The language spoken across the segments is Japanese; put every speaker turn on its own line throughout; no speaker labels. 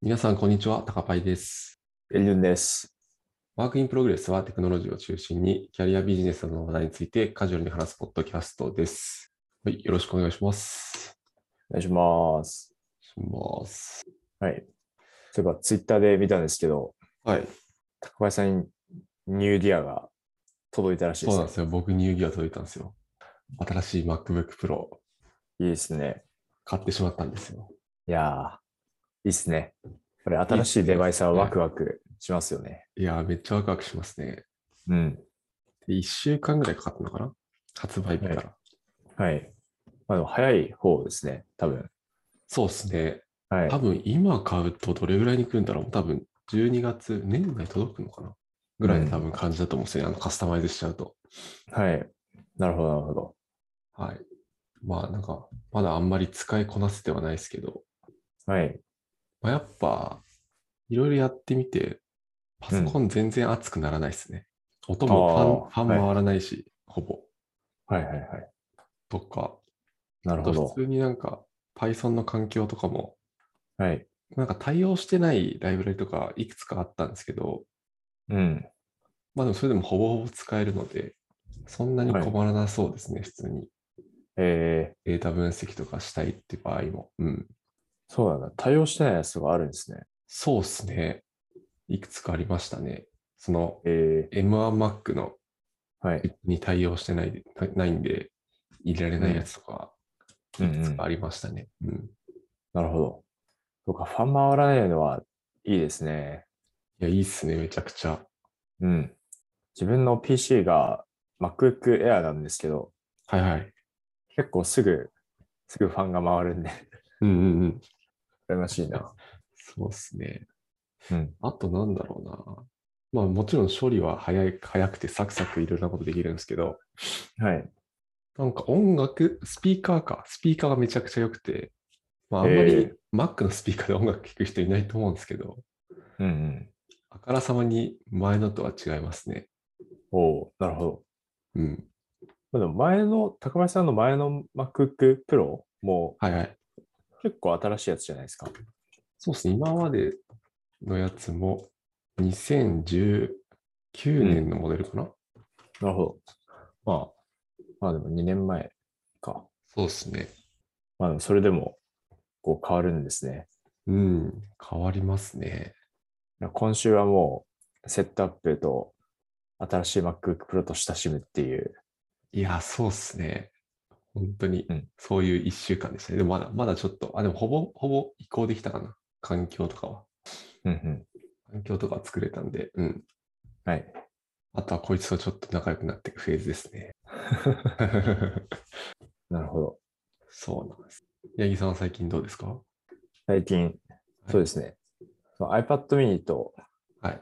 皆さん、こんにちは。高パイです。
エリュンです。
ワークインプログレスはテクノロジーを中心に、キャリアビジネスなどの話題についてカジュアルに話すポッドキャストです。はい、よろしくお願いします。
お願いします。
します。
はい。そういえば、ツイッターで見たんですけど、
はい、
高林さんにニューギアが届いたらしいで
そう
す
なんで
ね
すよ。僕、ニューギア届いたんですよ。新しい MacBook Pro
いいですね。
買ってしまったんですよ。
いやー、いいですね。これ、新しいデバイスはワクワクしますよね。
いやー、めっちゃワクワクしますね。
うん。
で1週間ぐらいかかったのかな発売日から。
ははい。まあ、でも、早い方ですね、多分。
そうですね。
はい
多。分今買うとどれぐらいに来るんだろう多分12月、年内届くのかなぐらいの多分感じだと思うんですよね。あのカスタマイズしちゃうと。
はい。なるほど、なるほど。
はい。まあなんか、まだあんまり使いこなせてはないですけど、
はい。
まあ、やっぱ、いろいろやってみて、パソコン全然熱くならないですね。音もファンフ
あー
ァン
は
回
い
らないし、ほぼ。
はい、はい、はい。
とか、
なる
あ
ほ
と
ど
普。通になんか Python の環境とかも、
はい。
なんか対応してないライブラリとかいくつかあったんですけど、
うん。
まあでもそれでもほぼほぼ使えるので、そんなに困らなそうですね、普通に。
え
データ分析とかしたいって場合も。うん。
ー、そうなんだ。対応してないやつがあるんですね。
そうですね。いくつかありましたね。その
え
M1Mac の
ー、はい。
に対応してないなないんで、入れられないやつとか
うんうん
ありましたね。うん。
なるほど。そうか、ファン回らないのはいいですね。
いや、いいっすね、めちゃくちゃ。
うん。自分の PC が MacBook Air なんですけど、
はいはい。
結構すぐ、すぐファンが回るんで、
うんうんうん。
羨ましいな。
そうですね。
うん。
あとなんだろうな。まあもちろん処理は早い早くてサクサクいろんなことできるんですけど、
はい。
なんか音楽、スピーカーか。スピーカーがめちゃくちゃ良くて、まあ、あんま
え
り
え
Mac のスピーカーで音楽聴く人いないと思うんですけど、
うんうん。
あからさまに前のとは違いますね。
おおなるほど。
うん。
まあでも前の、高橋さんの前の MacBook Pro も
はいはい。
結構新しいやつじゃないですか。
そうですね。今までのやつも2019年のモデルかな、
なるほど。まあ、まあでも2年前か。
そうですね。
まあでもそれでも、こう変わるんですね。
うん。変わりますね。
いや今週はもう、セットアップと新しい MacBook Pro と親しむっていう。
いや、そうですね。本当に
うん、
そういう1週間でしたね。でもまだ、まだちょっと、あ、でもほぼ、ほぼ移行できたかな。環境とかは。
うんうん。
環境とか作れたんで、うん。
はい。
あとはこいつとちょっと仲良くなっていくフェーズです ね。
なるほど。
そうなんです。八木さんは最近どうですか
最近、そうですね。その iPad mini と、
はい。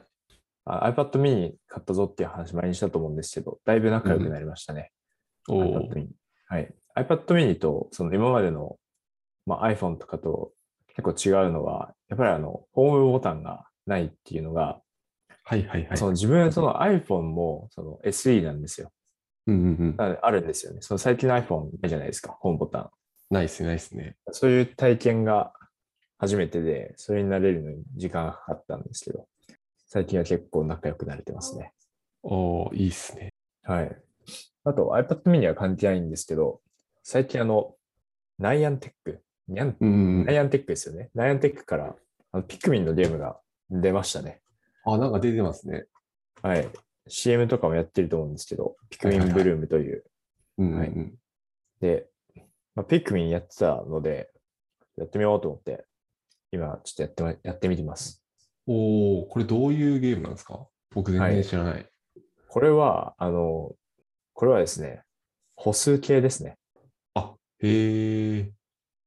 あ iPad mini 買ったぞっていう話前にしたと思うんですけど、だいぶ仲良くなりましたね。
おお
iPad。mini。はい。iPad mini と、その今までの、まあ、iPhone とかと結構違うのは、やっぱりあの、ホームボタンがないっていうのが、
はいはいはい。
その自分、その iPhone もその SE なんですよ。
うんうんうん。
ああるんですよね。その最近の iPhone ないじゃないですか、ホームボタン。
ないっすね、ないっすね。
そういう体験が初めてで、それに慣れるのに時間がかかったんですけど、最近は結構仲良くなれてますね。
おおいいっすね。
はい。あと iPad mini は関係ないんですけど、最近あの、ナイアンテック、ニャン
うんうんう
ナイアンテックですよね。ナイアンテックからあのピクミンのゲームが出ましたね。
ん。あ、なんか出てますね。
はい。CM とかもやってると思うんですけど、ピクミンブルームという
うんうん
は
う
い
ん。
で、まあ、ピクミンやってたので、やってみようと思って、今ちょっとやってま、やってみてます。
おおこれどういうゲームなんですか僕全
は
然
い
知らない。
これは、あの、これはですね、歩数計ですね。
あ、へえ。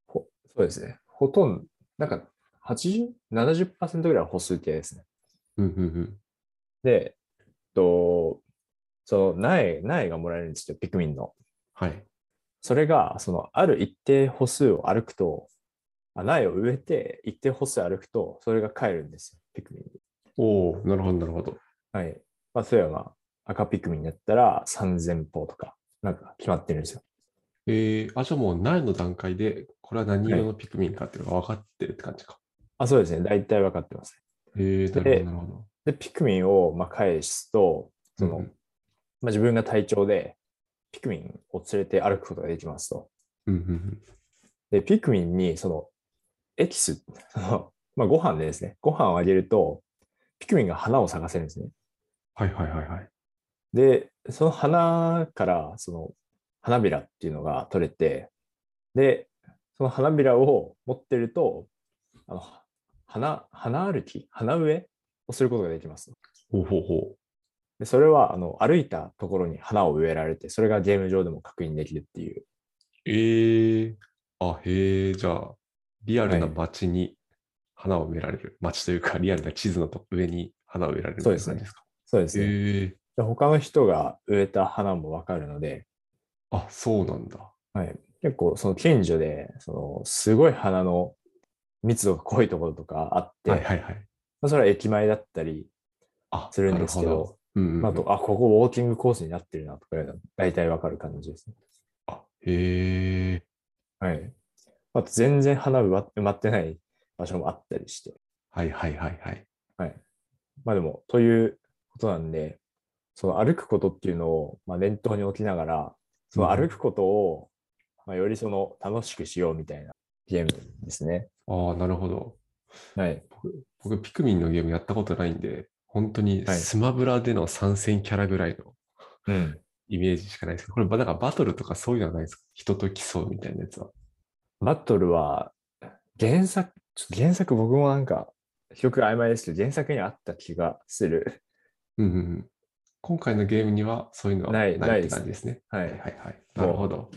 ほそうですね。ほとんど、なんか80、70%ぐらいは歩数計ですね。
うんうん
で、えっと、その苗、苗がもらえるんですよ、ピクミンの。
うん。はい。
それが、その、ある一定歩数を歩くと、あ苗を植えて、一定歩数歩くと、それが帰るんですよ、ピクミンに。
おおなるほど、なるほど。
はい。まあ、そういえば、赤ピクミンだったら3000歩とか、なんか決まってるんですよ。
えー、あ、じゃあもう苗の段階で、これは何色のピクミンかっていうのが分かってるって感じか。
あ、そうですね。大体分かってます
えー、なるほど、なるほど。
ね。で、ピクミンをまあ返すと、その
うん
まあ、自分が隊長で、ピクミンを連れて歩くことができますと。
うんうん
で、ピクミンに、その、エキス、そのまあ、ご飯でですね、ご飯をあげると、ピクミンが花を咲かせるんですね。
はいはいはいはい。
で、その花から、その、花びらっていうのが取れて、で、その花びらを持ってると、あの、花、花歩き、花植えをすることができます。
ほうほうほ
で、それは、あの、歩いたところに花を植えられて、それがゲーム上でも確認できるっていう、
う。えー、あ、へえ、じゃあ、リアルな
はい
街に花を植えられる。街というか、リアルな地図のと上に花を植えられるみた
そ
いうな
ですね
感じですか。
そうですね。
え
で他の人が植えた花もわかるので、
ー、あ、そうなんだ。
はい、結構その近所でそのすごい花の密度が濃いところとかあって、
はいはいはい。
まあそれは駅前だったり、
あ、
するんですけど
なるほうんうんうん
まああとあここウォーキングコースになってるなとかいうのは大体わかる感じですね。
あ、へえ、
はい、あと全然花埋ま埋まってない場所もあったりして、
はいはいはいはい。
まあでもということなんでその歩くことっていうのをまあ念頭に置きながらその歩くことをまあよりその楽しくしようみたいなゲームですね。
ああ、なるほど。
はい、
僕、ピクミンのゲームやったことないんで、本当に
はい
スマブラでの参戦キャラぐらいの
うん
イメージしかないですけど、これ、なんかバトルとかそういうのはないですか人と競うみたいなやつは。
バトルは原作、ちょっと原作僕もなんか記憶が曖昧ですけど、原作にあった気がする。
うんうんうん。今回のゲームにはそういうのはな
ないい
って
ないです
感じですね。
は
はい
い。
はいはい。なるほど。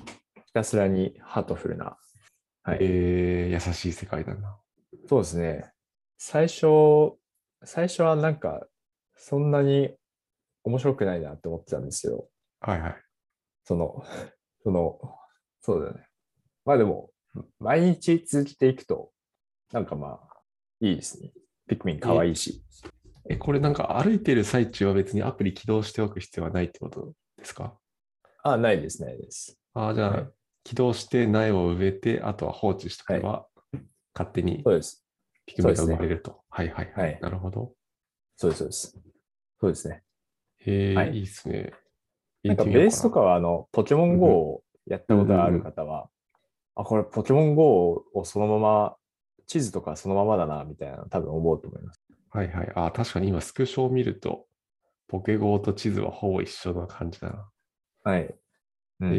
ひたすらにハートフルな。はい。
えー、優しい世界だな。
そうですね。最初、最初はなんか、そんなに面白くないなって思ってたんですけど、
はいはい。
その、 その、そうだよね。まあでも、毎日続けていくと、なんかまあ、いいですね。ピクミン可愛いし。
え、これなんか歩いてる最中は別にアプリ起動しておく必要はないってことですか
あ、ないです、ないです。
ああ、じゃあ、
はい
起動して苗を植えて、あとは放置しとけば、勝手に
そうです。
ピクミンが
そう
生
ですね
まれると。はいはいは
はいい。
なるほど。
そうです、そうです。そうですね。
へえ、、
はいい
いですね。
なんかベースとかは、あの、ポケモン GO をやったことがある方は、あ、これポケモン GO をそのまま、地図とかそのままだな、みたいなの多分思うと思います。
はいはい。ああ、確かに今スクショを見ると、ポケゴーと地図はほぼ一緒な感じだな。
はい。
へ
うん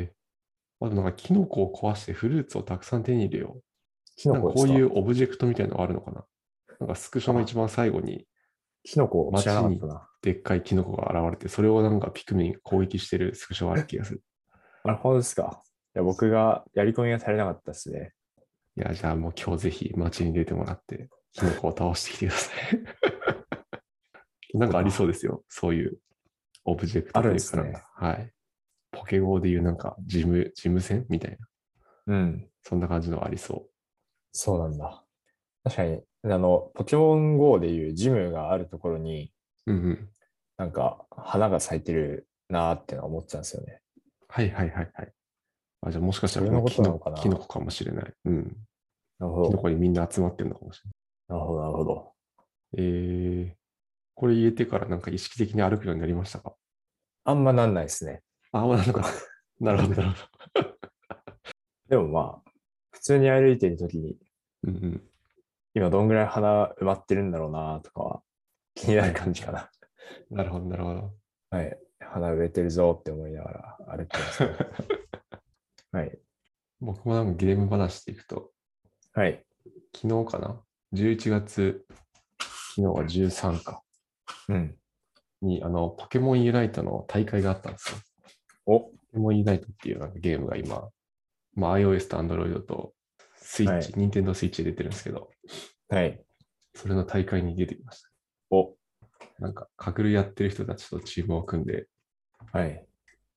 え。あとなんかキノコを壊してフルーツをたくさん手に入れよ
キ
う。
ノ
なんかこ
コです
う
か
いうオブジェクトみたいなのがあるのかな。なんかスクショの一番最後に
キノコ知らなかったな。
でっかいキノコが現れて、それをなんかピクミンが攻撃してるスクショがある気がする。
あれ、本当ですかいや、僕がやり込みが足りなかったですね。
いや、じゃあもう今日ぜひ街に出てもらって、キノコを倒してきてくださ い。なんかありそうですよ。そういうオブジェクトというか
あるんですね
なんかはい。ポケゴーでいうなんか事務、事務船みたいな。
うん。
そんな感じのありそ
そうなんだ。確かに、あの、ポケモン GO でいうジムがあるところに、
う。うんうん。
なんか花が咲いてるなーってのは思ってたんですよね。
はいはいはいはい。あじゃあもしかしたら
それの
キノ
ことなのかな
キノコかもしれない。うん。
なる
キ
ほ
ノ
ど。
コにみんな集まってるのかもし
なるほど、なるほど。
れない。えー、これ言えてからなんか意識的に歩くようになりましたか
あんまなんないですね。
あ、まあな のか。なるほどなるほど。
でもまあ、普通に歩いてるときに、
うんうん。
今どんぐらい花埋まってるんだろうなとかは気になる感じかな。
なるほどなるほど。
はい。花植えてるぞって思いながら歩いて ます、ね。はい。
僕もなんかゲーム話でいくと、
はい。
昨日かな ?11 月、昨日は13か
うん。
に、あの、ポケモンユナイトの大会があったんですよ。
お、
ポケモンユナイトっていうなんかゲームが今、まあ、iOS と Android とスイ
は
ッ
い
チ、任天堂スイッチで出てるんですけど、
はい。
それの大会に出てきまし
お、
た。なんか、かぐるやってる人たちとチームを組んで、
はい。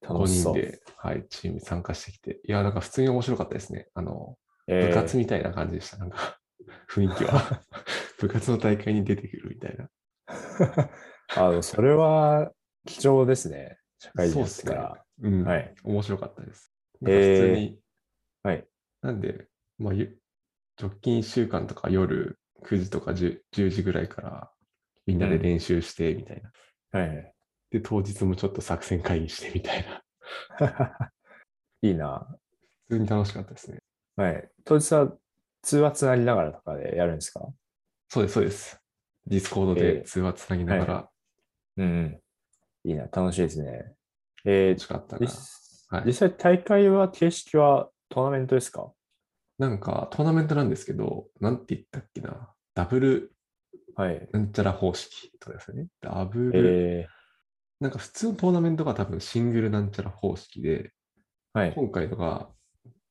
5
楽しそ
人
う。
で、はい、チームに参加してきて、いや、なんか普通に面白かったですね。あの、
え
部活
ー、
みたいな感じでした。なんか、 雰囲気は。部活の大会に出てくるみたいな。
あの、それは貴重ですね。社会人ですから。
うん。
はい。
面白かったです。なんか
え
普
ー
通に、
はい。
なんで、まあ、ゆ直近1週間とか夜、 9時とか 10, 10時ぐらいからみんなで練習してみたいな。
はいはい。
で、当日もちょっと作戦会議してみたいな。
いいな。
普通に楽しかったですね。
はい。当日は通話つなぎながらとかでやるんですか
そうです、そうです。ディスコード
え
で
ー
通話つなぎながら、
うんうん。いいな。楽しいですね。え
楽しかった
ー
な
実。
はい
実際大会は形式はトーナメントですか
なんか、トーナメントなんですけど、なんて言ったっけな。ダブル
はい。
なんちゃら方式とかですよね。ダブル、
え
なんか普通のトーナメントが多分シングルなんちゃら方式で、
ー、はい。
今回のが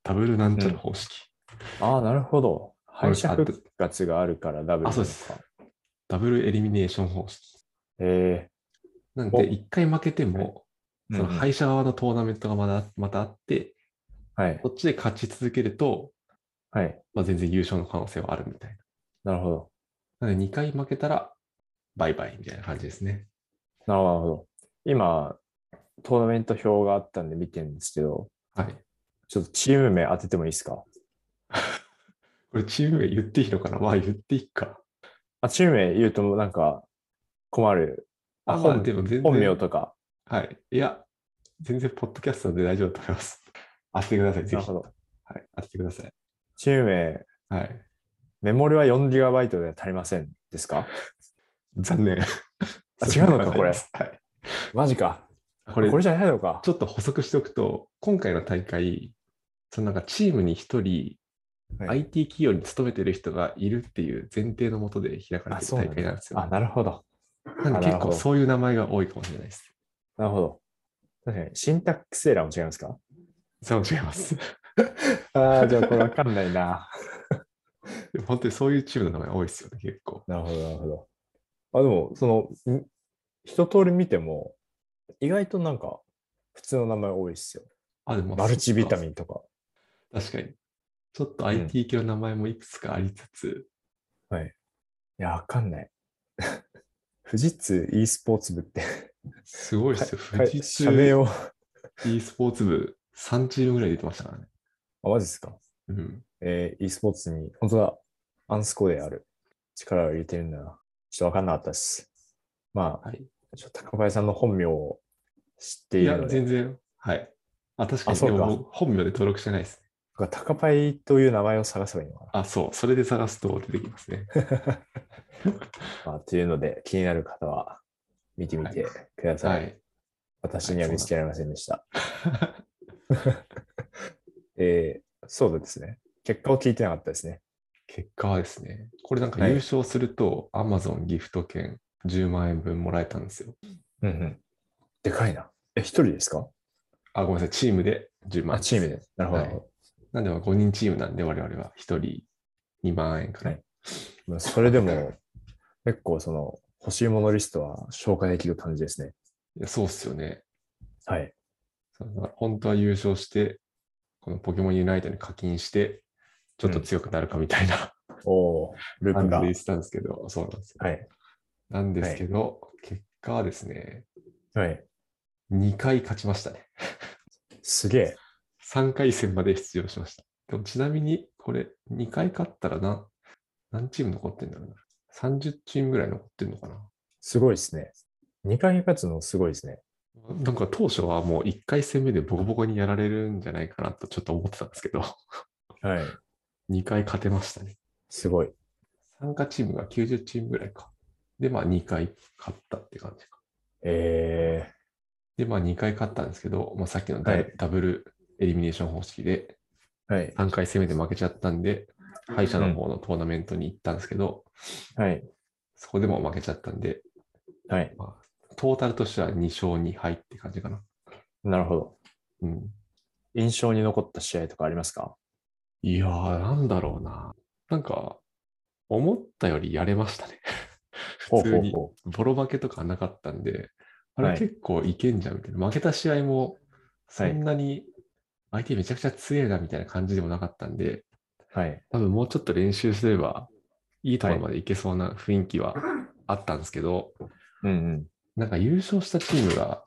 ダブルなんちゃら方式。
ああ、なるほど。
これ
敗者
あと
復活があるからダブル
あそうです
なのか。
ダブルエリミネーション方式。
え
なん
お
で、一回負けても、
ー、
その
うんうん
敗者側のトーナメントがまだまたあって、
はい。
こっちで勝ち続けると、
はい。
まあ、全然優勝の可能性はあるみたい
なるほど。
な。なので、2回負けたら、バイバイみたいな感じですね。
なるほどなるほど。今、トーナメント表があったんで見てるんですけど、
はい。
ちょっとチーム名当ててもいいですか
これ、チーム名言っていいのかなまあ、言っていいか。
あ、チーム名言うともうなんか困る。あ、
あ、まあ、
本
でも全然。
本名とか。
はい。いや、全然、ポッドキャストなんで大丈夫だと思います。 当ててください、ぜ
なる
ひ。
ほ
はい
ど。、
当ててください。
チーム名、
はい。
メモリは 4GB では足りませんですか
残念。
あ違うのか これ
はい。
マジか。
こ
こ
れ
れ、じゃないのか
ち。ょっと補足しておくと、今回の大会、そのなんかチームに一人、
はい
IT 企業に勤めてる人がいるっていう前提のもとで開かれ
あ、
てる
そうな
大
んだ
会なんですよ。
あ、なるほど。
なんで
あなる
結
ほど
構そういう名前が多いかもしれないです。
なるほど。確かに、シンタックスエラーも違いますか
そう違います。
ああ、じゃあこれわかんないな。
でも本当にそういうチームの名前多いですよね、結構。
なるほど、なるほど。あ、でも、その、ん一通り見ても、意外となんか、普通の名前多いっすよ。
あ、でも、
マルチビタ
ン。
ミンとか。
確かに。ちょっと IT 系の名前もいくつかありつつ、
いや、わかんない。 富士通 e スポーツ部って、
すごいですよ。富士
社名
通
を。
e スポーツ部、3チームぐらい出てましたからね。
あ、マジですか。
うん。
えー、e スポーツに、本当だ、アンスコである。力を入れてるんだな。ちょっとわかんなかったです。まあ、
はい
ちょっと高林さんの本名を知ってい
い
る
や、
ので、
全然。はい。あ、確か
あ
に、
そう
で
か
も本名で登録してないですね。
なんか高パイという名前を探せばいいのかな。
あ、そう。それで探すと出てきますね。
まあ、というので、気になる方は見てみてください。
はい。
私には見つけられませんでした。えー、そうですね。結果を聞いてなかったですね。
結果はですね、これなんか
はい
優勝すると Amazon ギフト券10万円分もらえたんですよ。
うんうん。でかいな。え、一人ですか
あ、ごめんなさい、チームで10万
あ、
円。
チームで。なるほど。
はいなんでまあ5人チームなんで我々は1人2万円から。
はいまあそれでも、結構その、欲しいものリストは消化できる感じですね。
いやそうっすよね。
はい。
そうだから本当は優勝して、このポケモンユナイトに課金して、ちょっと強くなるかみたいな
おールー
感
プ
じ
が。
で
は
言
い
ってたんですけど、そうなんですよ。。なんですけど、結果はですね、
はい。
2回勝ちましたね。
すげえ。
3回戦まで出場しました。でもちなみに、これ、2回勝ったらな、何チーム残ってんだろうな。30チームぐらい残ってんのかな。
すごいですね。2回勝つのすごいですね。
なんか当初はもう1回戦目でボコボコにやられるんじゃないかなとちょっと思ってたんですけど、
はい。
2回勝てましたね。
すごい。
参加チームが90チームぐらいか。で、まあ2回勝ったって感じか。
え
で、まあ2回勝ったんですけど、まあ、さっきのダ,、
はい
ダブルエリミネーション方式で、
ー、はい。
3回攻めて負けちゃったんで、敗者の方のトーナメントに行ったんですけど、
はい。
そこでも負けちゃったんで、
はい。
まあ、トータルとしては2勝2敗って感じかな。
なるほど。
うん。
印象に残った試合とかありますか
いやー、なんだろうな。なんか、思ったよりやれましたね。 普通に。
ほ
ボロ負けとかなかったんで、あ
は
れ
い
結構いけんじゃんみたいな。負けた試合も、そ
はい
んなに相手めちゃくちゃ強えなみたいな感じでもなかったんで、
うほう。はい。
多分もうちょっと練習すれば、いいところまでいけそうな雰囲気はあったんですけど、
うんうん。
なんか優勝したチームが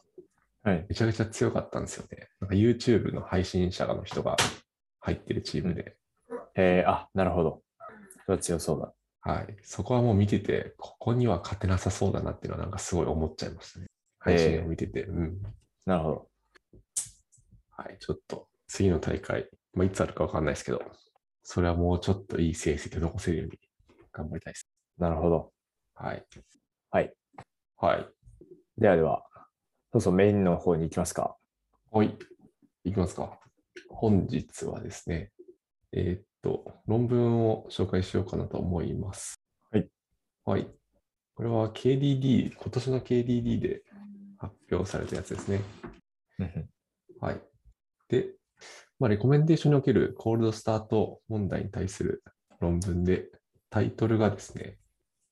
はい。
めちゃくちゃ強かったんですよね。なんか YouTube の配信者の人が入ってるチームで。
えー、あ、なるほど。それは強そうだ。
はい。そこはもう見てて、ここには勝てなさそうだなっていうのはなんかすごい思っちゃいましたね。配信を見てて。うん。
なるほど。
はい。ちょっと、次の大会、まあ、いつあるかわかんないですけど、それはもうちょっといい成績を残せるように頑張りたいです。
なるほど。
はい。
はい。
はい。
ではでは、そうそう、メインの方に行きますか。
はい。いきますか。本日はですね、えーっと、論文を紹介しようかなと思います。
はい。
はい。これは KDD、今年の KDD で発表されたやつですね。はい。で、まあ、レコメンデーションにおけるコールドスタート問題に対する論文で、タイトルがですね、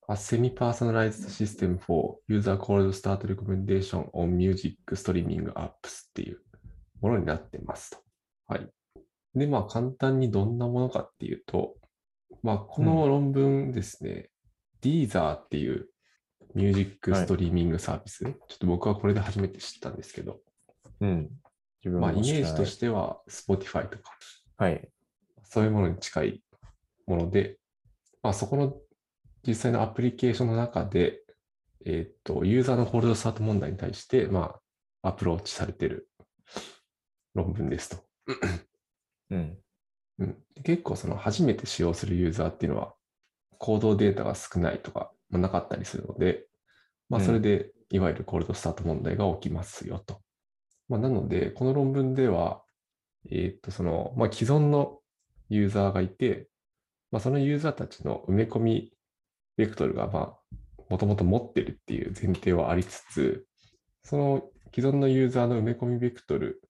A Semi-Personalized System for User Cold Start Recommendation on Music Streaming Apps っていうものになってますと。はい。で、まあ、簡単にどんなものかっていうと、まあ、この論文ですね、Deezer っていうミュージックストリーミングサービス、ちょっと僕はこれで初めて知ったんですけど、
うん。自分。
まあ、イメージとしてては Spotify とか、
はい。
そういうものに近いもので、まあ、そこの実際のアプリケーションの中で、えーっと、ユーザーのホールドスタート問題に対して、まあ、アプローチされてる論文ですと。
うん。
うん、で結構その初めて使用するユーザーっていうのは行動データが少ないとか、まあ、なかったりするので、まあ、
うん
それでいわゆるコールドスタート問題が起きますよと。まあ、なので、この論文では、えーっとそのまあ、既存のユーザーがいて、まあ、そのユーザーたちの埋め込みベクトルがもともと持ってるっていう前提はありつつ、その既存のユーザーの埋め込みベクトル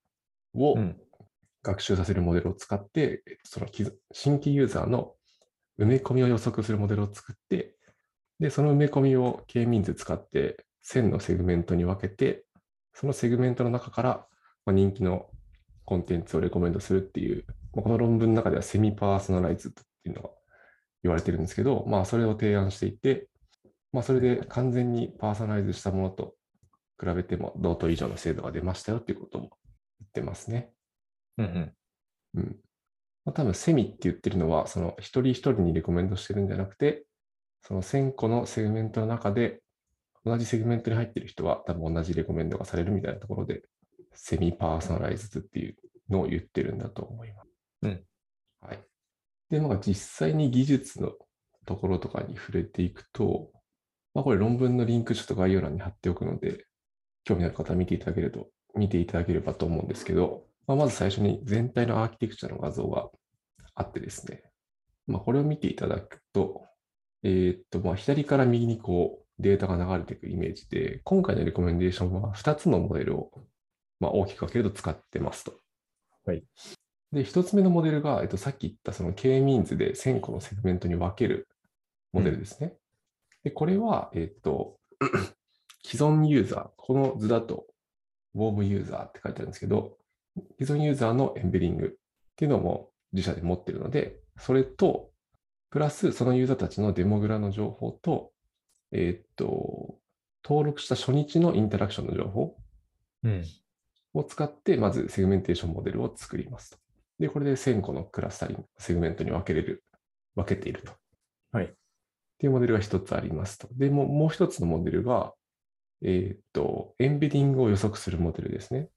を、
うん。
学習させるモデルを使って、えっとその既新規ユーザーの埋め込みを予測するモデルを作って、で、その埋め込みを K ミンズ使って1000のセグメントに分けて、そのセグメントの中からまあ人気のコンテンツをレコメンドするっていう、まあこの論文の中ではセミパーソナライズっていうのが言われてるんですけど、まあそれを提案していて、まあそれで完全にパーソナライズしたものと比べても同等以上の精度が出ましたよっていうことも言ってますね。
うんうん。
うん。まあ、多分セミって言ってるのは、その一人一人にレコメンドしてるんじゃなくて、その1000個のセグメントの中で、同じセグメントに入ってる人は多分同じレコメンドがされるみたいなところで、セミパーソナライズっていうのを言ってるんだと思います。
うん。
はい。で、まあ実際に技術のところとかに触れていくと、まあこれ論文のリンクちょっと概要欄に貼っておくので、興味のある方は見ていただけると、見ていただければと思うんですけど、まあ、まず最初に全体のアーキテクチャの画像があってですね、まあ、これを見ていただくと、えーっと、まあ、左から右にこうデータが流れていくイメージで、今回のレコメンデーションは2つのモデルを、まあ、大きく分けると使ってますと。
はい。
で、1つ目のモデルが、えっと、さっき言ったその K ミーンズで1000個のセグメントに分けるモデルですね。で、これは、えっと、 既存ユーザー、この図だと、ウォームユーザーって書いてあるんですけど、既存ユーザーのエンベリングっていうのも自社で持ってるので、それと、プラスそのユーザーたちのデモグラの情報と、えーっと、登録した初日のインタラクションの情報
うん。
を使って、まずセグメンテーションモデルを作りますと。で、これで1000個のクラスタリング、セグメントに分けれる、分けていると。
はい
っていうモデルが一つありますと。で、もうもう一つのモデルが、えーっと、エンベディングを予測するモデルですね。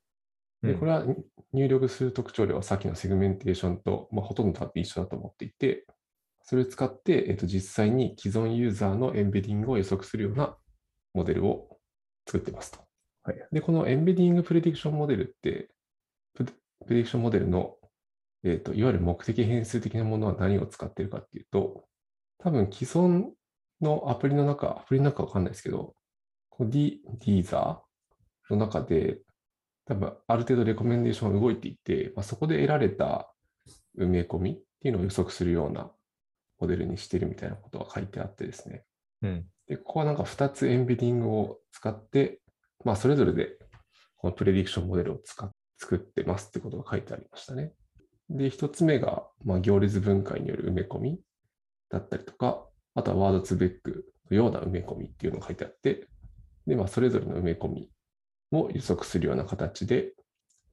で、これはに入力する特徴量はさっきのセグメンテーションと、まあ、ほとんど多分一緒だと思っていて、それを使って、えっと、実際に既存ユーザーのエンベディングを予測するようなモデルを作ってますと。
はい
で、このエンベディングプレディクションモデルって、プレプレディクションモデルの、えっと、いわゆる目的変数的なものは何を使ってるかっていうと、多分既存のアプリの中、アプリの中わかんないですけど、この D、Deezer の中で、多分ある程度レコメンデーションが動いていて、まあ、そこで得られた埋め込みっていうのを予測するようなモデルにしてるみたいなことが書いてあってですね。
うん。
で、ここはなんか2つエンベディングを使って、まあ、それぞれでこのプレディクションモデルを使っ作ってますってことが書いてありましたね。で、1つ目が、まあ、行列分解による埋め込みだったりとか、あとはワードツーベックのような埋め込みっていうのが書いてあって、で、まあ、それぞれの埋め込みを予測するような形で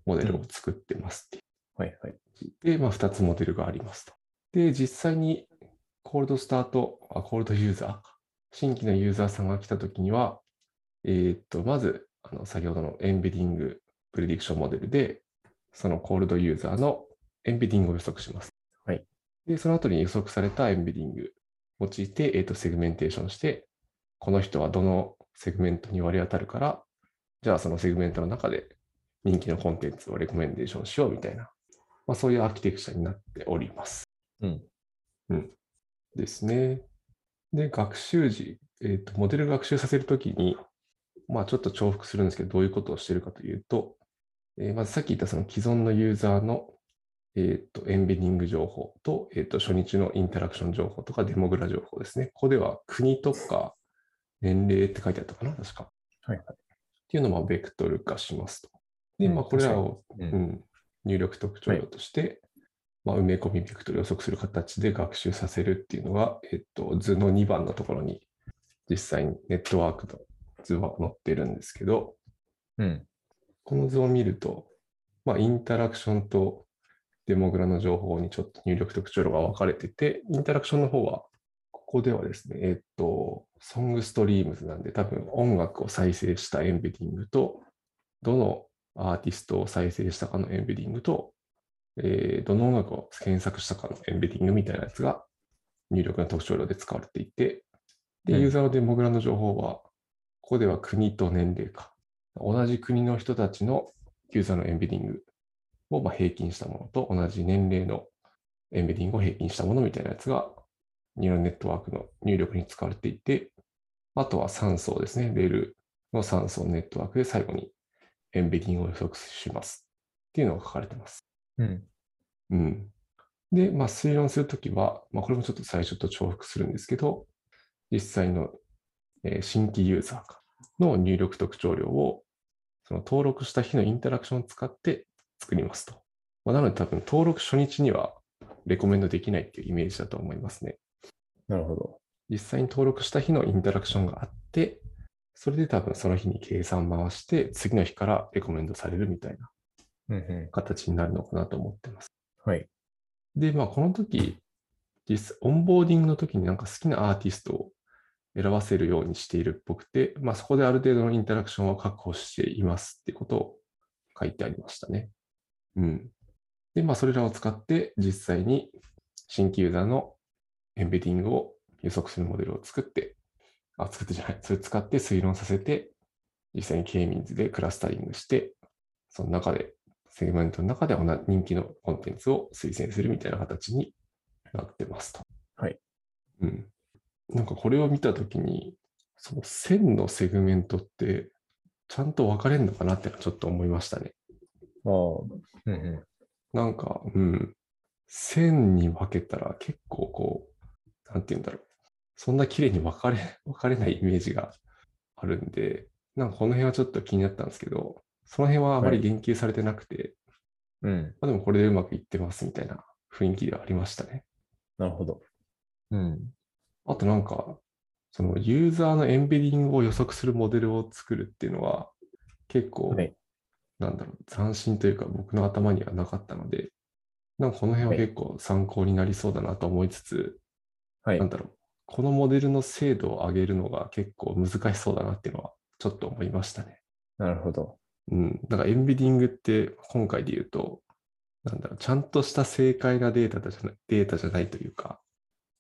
モデルを作ってますっていう
はいはい。
で、まあ、2つモデルがありますと。で、実際にコールドスタート、あコールドユーザー、新規のユーザーさんが来たときには、えーっと、まず、あの先ほどのエンベディングプレディクションモデルで、そのコールドユーザーのエンベディングを予測します。
はい。
で、その後に予測されたエンベディングを用いて、えーっと、セグメンテーションして、この人はどのセグメントに割り当たるから、じゃあそのセグメントの中で人気のコンテンツをレコメンデーションしようみたいな、まあ、そういうアーキテクチャになっております。
うん。
ですね。で、学習時、えーと、モデル学習させるときに、まあ、ちょっと重複するんですけど、どういうことをしているかというと、えーまずさっき言ったその既存のユーザーの、えー、とエンベディング情報と,、えー、と初日のインタラクション情報とかデモグラ情報ですね。ここでは国とか年齢って書いてあったかな、確か。
はいはい
っていうのもベクトル化しますと。で、
うん
まあ、これらを、
確かに
う、
うん
入力特徴量として、まあ、埋め込みベクトルを予測する形で学習させるっていうのが、えっと、図の2番のところに実際にネットワークの図は載ってるんですけど、
うん。
この図を見ると、まあ、インタラクションとデモグラの情報にちょっと入力特徴量が分かれてて、インタラクションの方は、ここではですね、えっと、ソングストリームズなんで、多分音楽を再生したエンベディングと、どのアーティストを再生したかのエンベディングと、えーどの音楽を検索したかのエンベディングみたいなやつが入力の特徴量で使われていて、
う
で、
ん
ユーザーのデモグラの情報は、ここでは国と年齢か。同じ国の人たちのユーザーのエンベディングをまあ平均したものと同じ年齢のエンベディングを平均したものみたいなやつがニューラルネットワークの入力に使われていて、あとは3層ですね。レールの3層ネットワークで最後にエンベディングを予測しますっていうのが書かれてます。
うん。
うん。で、まあ、推論するときは、まあ、これもちょっと最初と重複するんですけど、実際の、えー新規ユーザーかの入力特徴量を、その登録した日のインタラクションを使って作りますと。まあ、なので多分登録初日にはレコメンドできないっていうイメージだと思いますね。
なるほど。
実際に登録した日のインタラクションがあって、それで多分その日に計算回して、次の日からレコメンドされるみたいな
うんう
形になるのかなと思ってます。
ん。はい。
で、まあ、この時、実、オンボーディングの時になんか好きなアーティストを選ばせるようにしているっぽくて、まあ、そこである程度のインタラクションを確保していますっていうことを書いてありましたね。うん。で、まあ、それらを使って実際に新規ユーザーのエンベディングを予測するモデルを作って、あ、作ってじゃない、それ使って推論させて、実際に K ミンズでクラスタリングして、その中でセグメントの中で同じ人気のコンテンツを推薦するみたいな形になってますと。
はい。
うん。なんかこれを見たときに、その線のセグメントってちゃんと分かれるのかなってのはちょっと思いましたね。
ああ。うんう
なんか、うん。線に分けたら結構こう、なんて言うんだろう。そんな綺麗に分かれ、 分かれないイメージがあるんで、なんかこの辺はちょっと気になったんですけど、その辺はあまり言及されてなくて、
ん。うん。
まあ、でもこれでうまくいってますみたいな雰囲気ではありましたね。
なるほど。うん。
あとなんか、そのユーザーのエンベディングを予測するモデルを作るっていうのは結構、
はい
なんだろう、斬新というか僕の頭にはなかったので、なんかこの辺は結構参考になりそうだなと思いつつ、
はい
なん。だろう、このモデルの精度を上げるのが結構難しそうだなっていうのはちょっと思いましたね。
なるほど。
うん、だからエンビディングって今回で言うと、なんだろう、ちゃんとした正解なデータじゃない、データじゃないというか、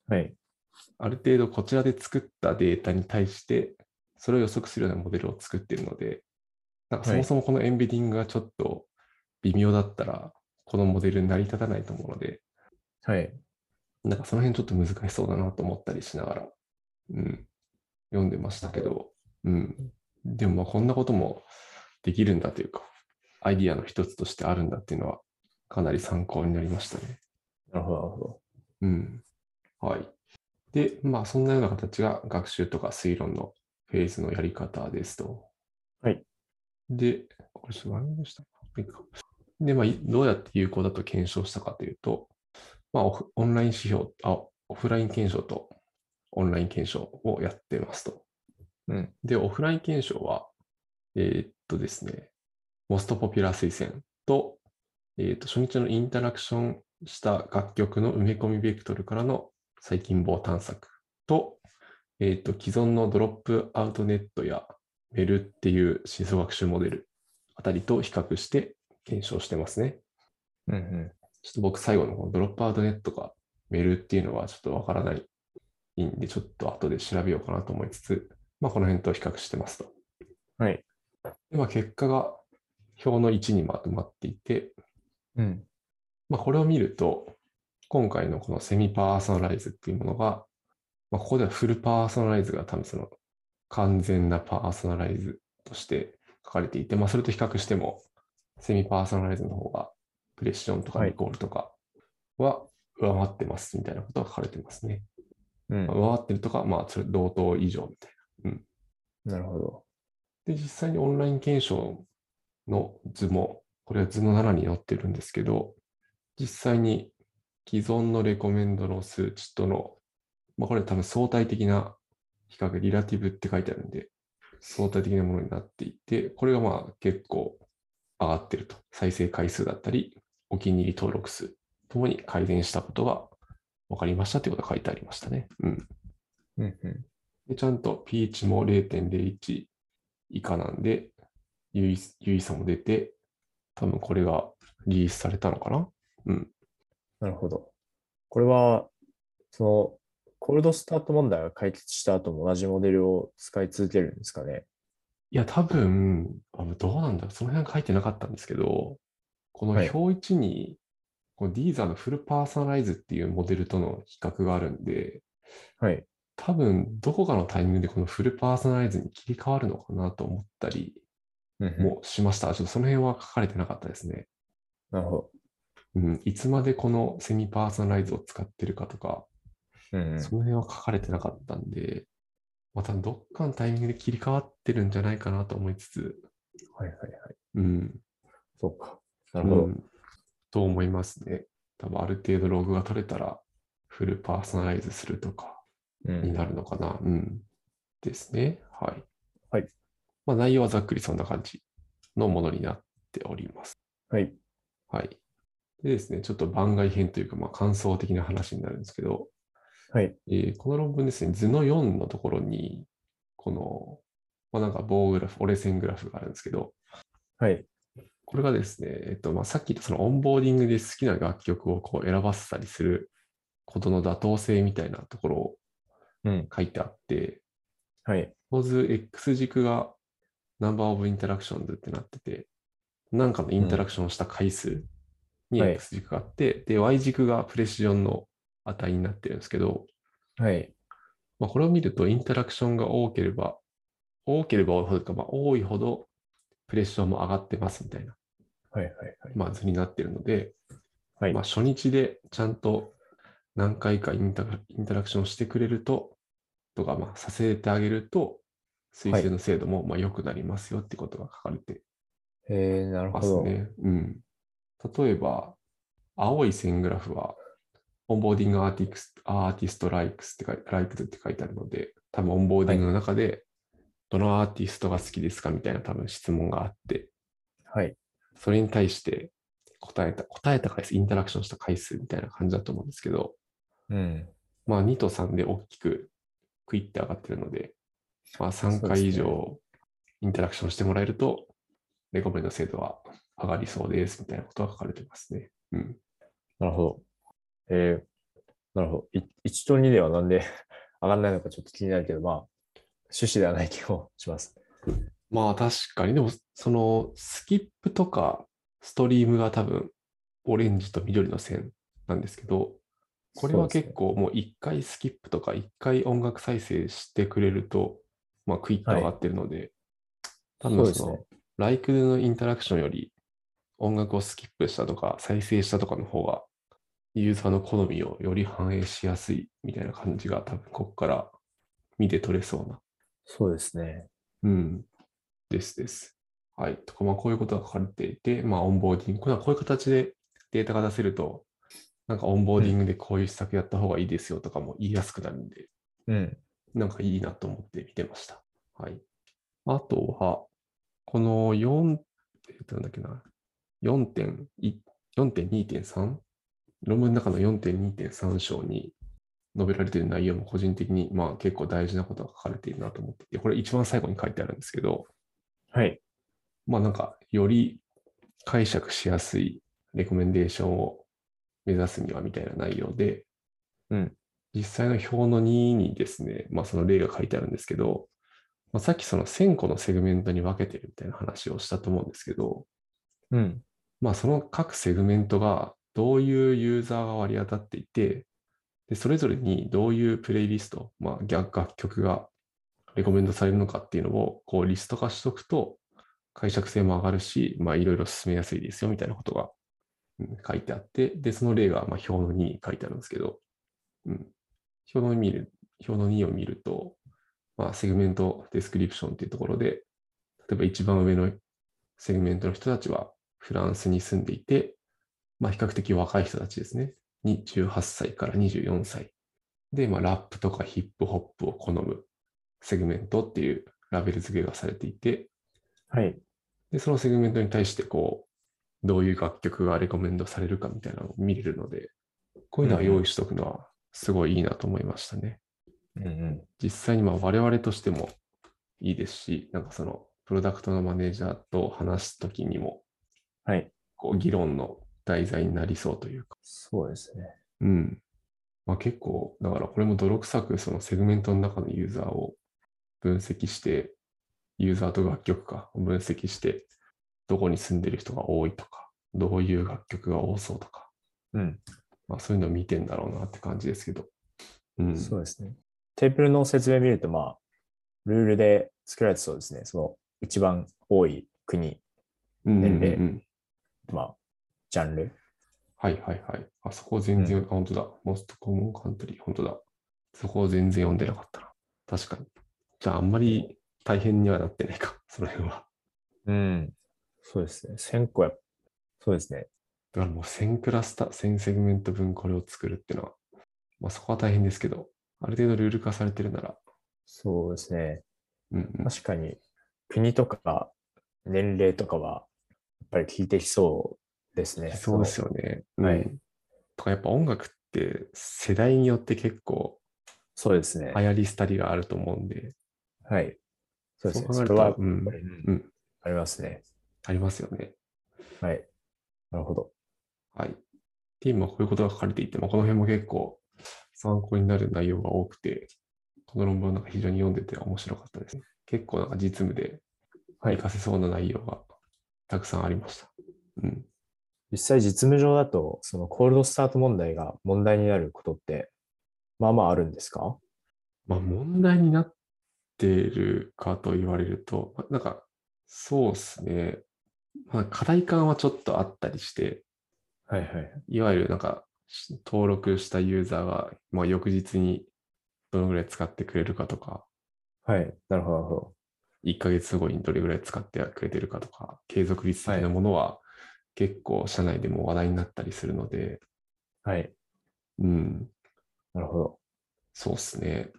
はい。
ある程度こちらで作ったデータに対して、それを予測するようなモデルを作っているので、なんかそ
は
も
い
そもこのエンビディングがちょっと微妙だったら、このモデルに成り立たないと思うので、
はい。
なんかその辺ちょっと難しそうだなと思ったりしながら、うん、読んでましたけど、うん。でもまあこんなこともできるんだというか、アイディアの一つとしてあるんだっていうのは、かなり参考になりましたね。
なるほど、なるほど。
うん。はい。で、まあそんなような形が学習とか推論のフェーズのやり方ですと。
はい。
で、これちょっと前にでした。いいかで、まあ、いどうやって有効だと検証したかというと、まあ、オフオンライン指標あ、オフライン検証とオンライン検証をやってますと。
うん
で、オフライン検証は、えーっとですね、モストポピュラー推薦と、えーっと、初日のインタラクションした楽曲の埋め込みベクトルからの細菌棒探索と、えっ、と、既存のドロップアウトネットやメルっていう深層学習モデルあたりと比較して検証してますね。
うんうん。
ちょっと僕最後のこのドロップアウトネットかメルっていうのはちょっとわからないんで、ちょっと後で調べようかなと思いつつ、まあこの辺と比較してますと。
はい。
で、まあ結果が表の1にまとまっていて、
うん。
まあ、これを見ると、今回のこのセミパーソナライズっていうものが、まあ、ここではフルパーソナライズが多分その完全なパーソナライズとして書かれていて、まあ、それと比較しても、セミパーソナライズの方がプレッションとか
はい
リコールとかは上回ってますみたいなことが書かれてますね。
うん
まあ、上回ってるとか、まあ、それ同等以上みたい
なるほど。
な。で、実際にオンライン検証の図も、これは図の7に載ってるんですけど、実際に既存のレコメンドの数値との、まあ、これ多分相対的な比較、リラティブって書いてあるんで、相対的なものになっていて、これがまあ結構上がってると。再生回数だったり、お気に入り登録数ともに改善したことが分かりましたということが書いてありましたね。うん。
うんう
でちゃんと pH も0.01以下なんで、有意有意差も出て、多分これがリリースされたのかなうん。
ん。なるほど。これは、その、コールドスタート問題が解決した後も同じモデルを使い続けるんですかね。
いや、多分、あのどうなんだろうその辺は書いてなかったんですけど、この
はい
表1に、このディーザーのフルパーソナライズっていうモデルとの比較があるんで、
はい。
多分、どこかのタイミングでこのフルパーソナライズに切り替わるのかなと思ったり
うんうん
もしました。ちょっとその辺は書かれてなかったですね。
なるほど。
うん、いつまでこのセミパーソナライズを使ってるかとか、
うんうん
その辺は書かれてなかったんで、またどっかのタイミングで切り替わってるんじゃないかなと思いつつ、
はいはいはい。
うん、
そうか。なるほど
う。んと思いますね。多分ある程度ログが取れたら、フルパーソナライズするとか
うん
になるのかな。うん、ですね。はい。
はい。
まあ内容はざっくりそんな感じのものになっております。
はい。
はい。でですね、ちょっと番外編というか、まあ感想的な話になるんですけど、
はい。
えーこの論文ですね、図の4のところに、この、まあ、なんか棒グラフ、折れ線グラフがあるんですけど、
はい。
これがですね、えっとまあ、さっき言ったそのオンボーディングで好きな楽曲をこう選ばせたりすることの妥当性みたいなところを
うん。
書いてあって、
はい。
この図 X 軸がナンバーオブインタラクションズってなってて、なんかのインタラクションをした回数に
はい
X 軸があって、で、Y 軸がプレシジョンの値になってるんですけど、
はい。
まあ、これを見ると、インタラクションが多ければ、多ければ多いほどか、まあ、多いほどプレッシャーも上がってますみたいな、
はい。はい。はい。
まあ、図になっているので、
はい
まあ、初日でちゃんと何回かインタラインタラクションをしてくれると、とか、まあ、させてあげると、推薦の精度もまあ良くなりますよってことが書かれて
えー、なるほ
ます
ど。
ね。うん、例えば、青い線グラフは、オンボーディングアーティクスアーティストライクスって書いライクズって書いてあるので、多分オンボーディングの中で、どのアーティストが好きですかみたいな多分質問があって、
はい。
それに対して答えた、答えた回数、インタラクションした回数みたいな感じだと思うんですけど、
うん。
まあ2と3で大きくクイッて上がってるので、まあ3
そうです
回
ね
以上インタラクションしてもらえると、レコメンド精度は上がりそうですみたいなことが書かれてますね。うん。
なるほど。えー、なるほど。い1と2ではなんで 上がらないのかちょっと気になるけど、まあ、趣旨ではない気もします。
まあ確かに、でもそのスキップとかストリームが多分オレンジと緑の線なんですけど、これは
そうです
結構もう1回スキップとか1回音楽再生してくれると、まあクイッと上がってるので、多
ね、そ
分
うです
その
ね。
ライクでのインタラクションより音楽をスキップしたとか再生したとかの方がユーザーの好みをより反映しやすいみたいな感じが多分ここから見て取れそうな。
そうですね。
うん。ですです。はい。とか、まあこういうことが書かれていて、まあオンボーディング、これはこういう形でデータが出せると、なんかオンボーディングでこういう施策やった方がいいですよとかも言いやすくなるんで、
うん。
なんかいいなと思って見てました。はい。あとは、この4、えっと、なんだっけな、4.1 4.2.3? 論文の中の4.2.3章に、述べられている内容も個人的に、まあ、結構大事なことが書かれているなと思っていて、これ一番最後に書いてあるんですけど、
はい。
まあなんか、より解釈しやすいレコメンデーションを目指すにはみたいな内容で、
うん
実際の表の2にですね、まあその例が書いてあるんですけど、まあ、さっきその1000個のセグメントに分けてるみたいな話をしたと思うんですけど、
うん。
まあその各セグメントがどういうユーザーが割り当たっていて、でそれぞれにどういうプレイリスト、まあ、楽楽曲がレコメンドされるのかっていうのをこうリスト化しとくと解釈性も上がるし、まあ、いろいろ進めやすいですよみたいなことがうん書いてあって、で、その例がまあ表の2に書いてあるんですけど、うん、表の2見る表の2を見ると、まあ、セグメントデスクリプションっていうところで、例えば一番上のセグメントの人たちはフランスに住んでいて、まあ、比較的若い人たちですね。28歳から24歳。で、まあ、ラップとかヒップホップを好むセグメントっていうラベル付けがされていて、
はい。
で、そのセグメントに対して、こう、どういう楽曲がレコメンドされるかみたいなのを見れるので、こういうのは用意しとくのはすごいいいなと思いましたね。
うんうん。
実際にまあ我々としてもいいですし、なんかそのプロダクトのマネージャーと話すときにも、
はい。
こう議論の題材になりそうというか、
そうですね。
うん。まあ結構、だからこれも泥臭くそのセグメントの中のユーザーを分析して、ユーザーと楽曲かを分析して、どこに住んでる人が多いとか、どういう楽曲が多そうとか、
うん。
まあそういうのを見てんだろうなって感じですけど。うん。
そうですね。テーブルの説明見ると、まあ、ルールで作られてそうですね。その一番多い国、
うんうんうん
年齢まあ、ジャンル。
はいはいはい。あそこ全然、あ、本当だ。モストコモンカントリー、本当だ。そこを全然読んでなかったな。確かに。じゃあ、あんまり大変にはなってないか、その辺は。
うん。そうですね。1000個や、そうですね。
だからもう1000クラスター、1000セグメント分これを作るっていうのは、まあそこは大変ですけど、ある程度ルール化されてるなら、
そうですね。
うんうん、
確かに、国とか年齢とかは、やっぱり聞いてきそうですね。
そうですよね。
はい
うんとかやっぱ音楽って世代によって結構
その。そうですね。
流行り廃りがあると思うんで、
はい。そうですね。
考え
そ
る
れ
と、
は、やっ
う
ぱ
ん、
りうん
うん、
ありますね。
ありますよね。
はい。なるほど。
はい。で、今こういうことが書かれていて、まあ、この辺も結構参考になる内容が多くて、この論文はなんか非常に読んでて面白かったですね。結構なんか実務で
はい
活かせそうな内容がたくさんありました。うん。
実際実務上だと、そのコールドスタート問題が問題になることって、まあまああるんですか
まあ問題になってるかと言われると、まあなんかそうですね。まあ課題感はちょっとあったりして、
はいはい。
いわゆるなんかし登録したユーザーが、まあ、翌日にどのぐらい使ってくれるかとか、
はい。なるほど、なるほど。
1ヶ月後にどれぐらい使ってくれてるかとか、継続率的なものは結構社内でも話題になったりするので、
はい。
うん、
なるほど。
そうですね。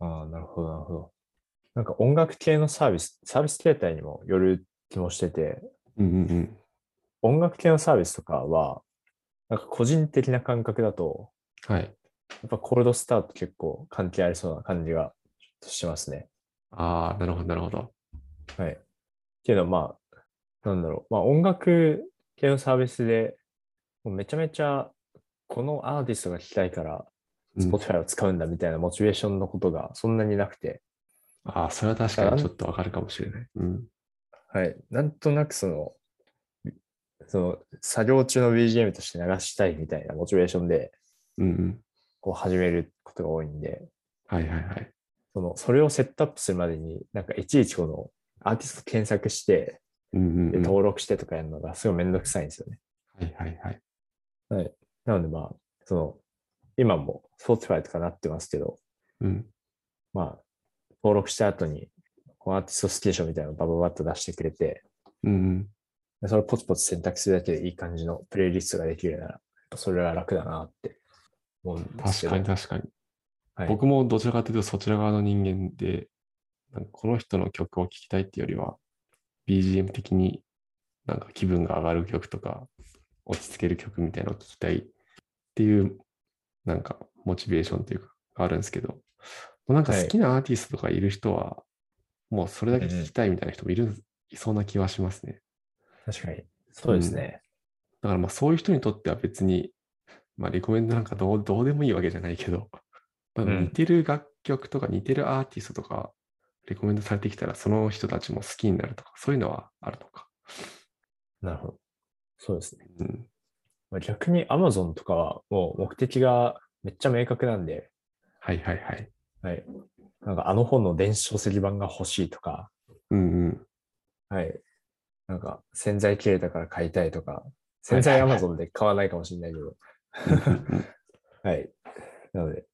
ああ、なるほど、なるほど。なんか音楽系のサービス、サービス形態にもよる気もしてて、
うんうんうん。
音楽系のサービスとかは、なんか個人的な感覚だと、
はい。
やっぱコールドスタート結構関係ありそうな感じがちょっとしますね。
ああ、なるほど、なるほど。
はい。っていうのは、まあ、なんだろう。まあ、音楽系のサービスで、もうめちゃめちゃ、このアーティストが聴きたいから、
うん
Spotify を使うんだみたいなモチベーションのことがそんなになくて、
ああ、それは確かにちょっとわかるかもしれない。うん。
はい。なんとなくその、その、作業中の BGM として流したいみたいなモチベーションで、
うんうん。
こう始めることが多いんで、
はいはいはい。
その、それをセットアップするまでに、なんかいちいちこの、アーティスト検索して、
うんうん、
で
うん。
登録してとかやるのがすごいめんどくさいんですよね。
はいはいはい。
なのでまあ、その、今も Spotify とかなってますけど、
うん。
まあ、登録した後に、このアーティストステーションみたいなのをバババッと出してくれて、
うんうん。
でそれをポツポツ選択するだけでいい感じのプレイリストができるなら、やっぱそれは楽だなって思うんです
確
けど。
かに確かに。
はい
僕もどちらかというとそちら側の人間で、なんかこの人の曲を聴きたいっていうよりは、BGM 的になんか気分が上がる曲とか、落ち着ける曲みたいなのを聴きたいっていう、なんかモチベーションというか、があるんですけど、もうなんか好きなアーティストとかいる人は、もうそれだけ聞きたいみたいな人もいる、いそうな気はしますね。
確かに。そうですね。
だからまあそういう人にとっては別に、まあレコメンドなんかどうどうでもいいわけじゃないけど、 まあ
うん
似てる楽曲とか似てるアーティストとか、レコメンドされてきたらその人たちも好きになるとか、そういうのはあるのか。
なるほど。そうですね。
うん。
まあ逆に Amazon とかはもう目的がめっちゃ明確なんで、
はいはいはい。
はい。なんかあの本の電子書籍版が欲しいとか、
うんうん。
はい。なんか洗剤切れたから買いたいとか、
はい
洗剤 Amazon で買わないかもしれないけ ど、はい。なので、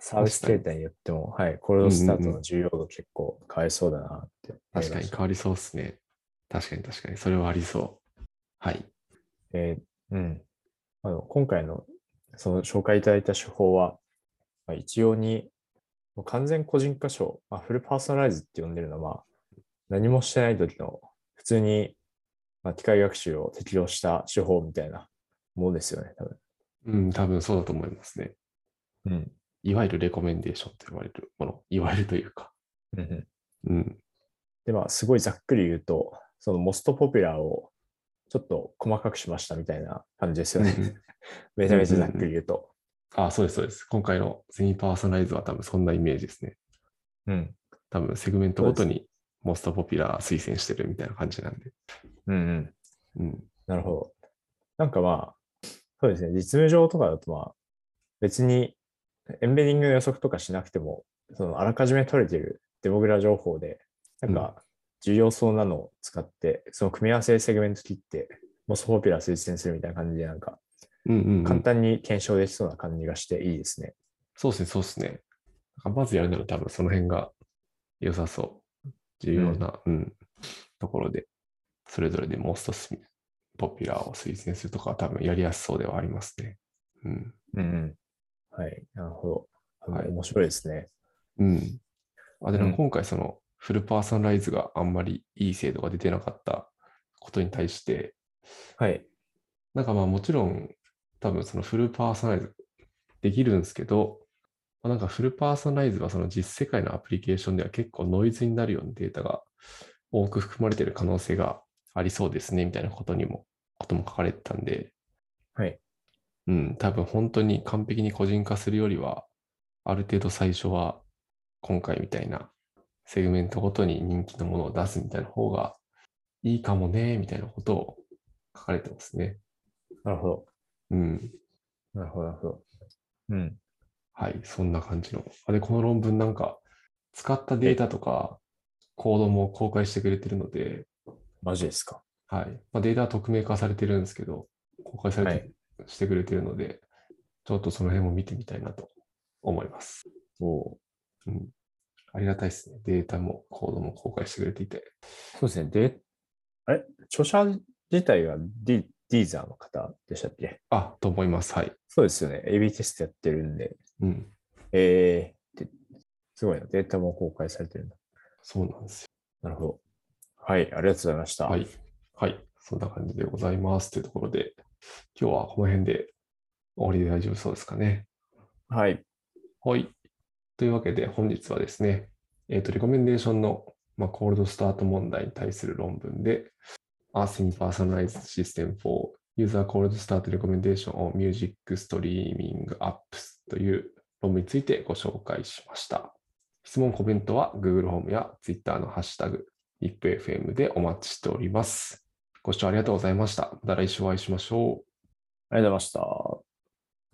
サービス形態によっても、はい、コールドスタートの重要度結構変わりそうだなって思い
確
ま
かに
した
変わりそうですね。確かに確かに。それはありそう。はい。
えーうん。あの、今回の、その紹介いただいた手法は、まあ、一様に、もう完全個人化賞、まあ、フルパーソナライズって呼んでるのは、まあ、何もしてない時の、普通に、まあ、機械学習を適用した手法みたいなものですよね、多分。
うん、多分そうだと思いますね。
うん。
いわゆるレコメンデーションと呼ばれるもの。いわゆるというか。
うんうん
うん。
で、まあ、すごいざっくり言うと、そのモストポピュラーをちょっと細かくしましたみたいな感じですよ
うんうん
ね。 めちゃめちゃざっくり言うと。
あ、そうです、そうです。今回のセミパーソナライズは多分そんなイメージですね。
うん。
多分セグメントごとにモストポピュラー推薦してるみたいな感じなんで。
うんうん。
うん。
なるほど。なんかまあ、そうですね、実務上とかだとまあ、別にエンベディングの予測とかしなくても、そのあらかじめ取れてるデモグラ情報で、なんか重要そうなのを使って、その組み合わせセグメント切って、モストポピュラー推薦するみたいな感じで、なんか
うんうんうん、
簡単に検証できそうな感じがしていいですね。
そうですね、そうですね。なんかまずやるなら多分その辺が良さそう。重要な、うん、ところで、それぞれでモストポピュラーを推薦するとかは多分やりやすそうではありますね。うん。
うん、うん。はい、なるほど。あの
はい
面白いですね。
うん。あ、で、なん
うん
か今回そのフルパーソナライズがあんまりいい制度が出てなかったことに対して、
はい。
なんかまあもちろん多分そのフルパーソナライズできるんですけど、まあなんかフルパーソナライズはその実世界のアプリケーションでは結構ノイズになるようなデータが多く含まれている可能性がありそうですねみたいなことにも、ことも書かれてたんで、
はい。
うん、多分本当に完璧に個人化するよりは、ある程度最初は今回みたいなセグメントごとに人気のものを出すみたいな方がいいかもね、みたいなことを書かれてますね。
なるほど。
うん。
なるほど、なるほど。うん。
はい、そんな感じの。あれ、この論文なんか、使ったデータとか、コードも公開してくれてるので、
マジですか。
はい。まあ、データは匿名化されてるんですけど、公開されて、してくれてるので、ちょっとその辺も見てみたいなと思います。
おー
うん。ありがたいですね。データもコードも公開してくれていて。
そうですね。で、あれ著者自体がディディーザーの方でしたっけ
あ、と思います。はい。
そうですよね。AB テストやってるんで。
うん。
えー、ですごいな。データも公開されてるんだ。
そうなんですよ。
なるほど。はい、ありがとうございました。
はい。はい。そんな感じでございます。というところで、今日はこの辺で終わりで大丈夫そうですかね。
はい。
はい。というわけで、本日はですね、えっ、と、レコメンデーションの、まあ、コールドスタート問題に対する論文で、Earth in Personalized System for User Cold Start Recommendation on Music Streaming Apps という論文についてご紹介しました。質問、コメントは Google ホームや Twitter のハッシュタグ、IPFM でお待ちしております。ご視聴ありがとうございました。また来週お会いしましょう。
ありがとうございました。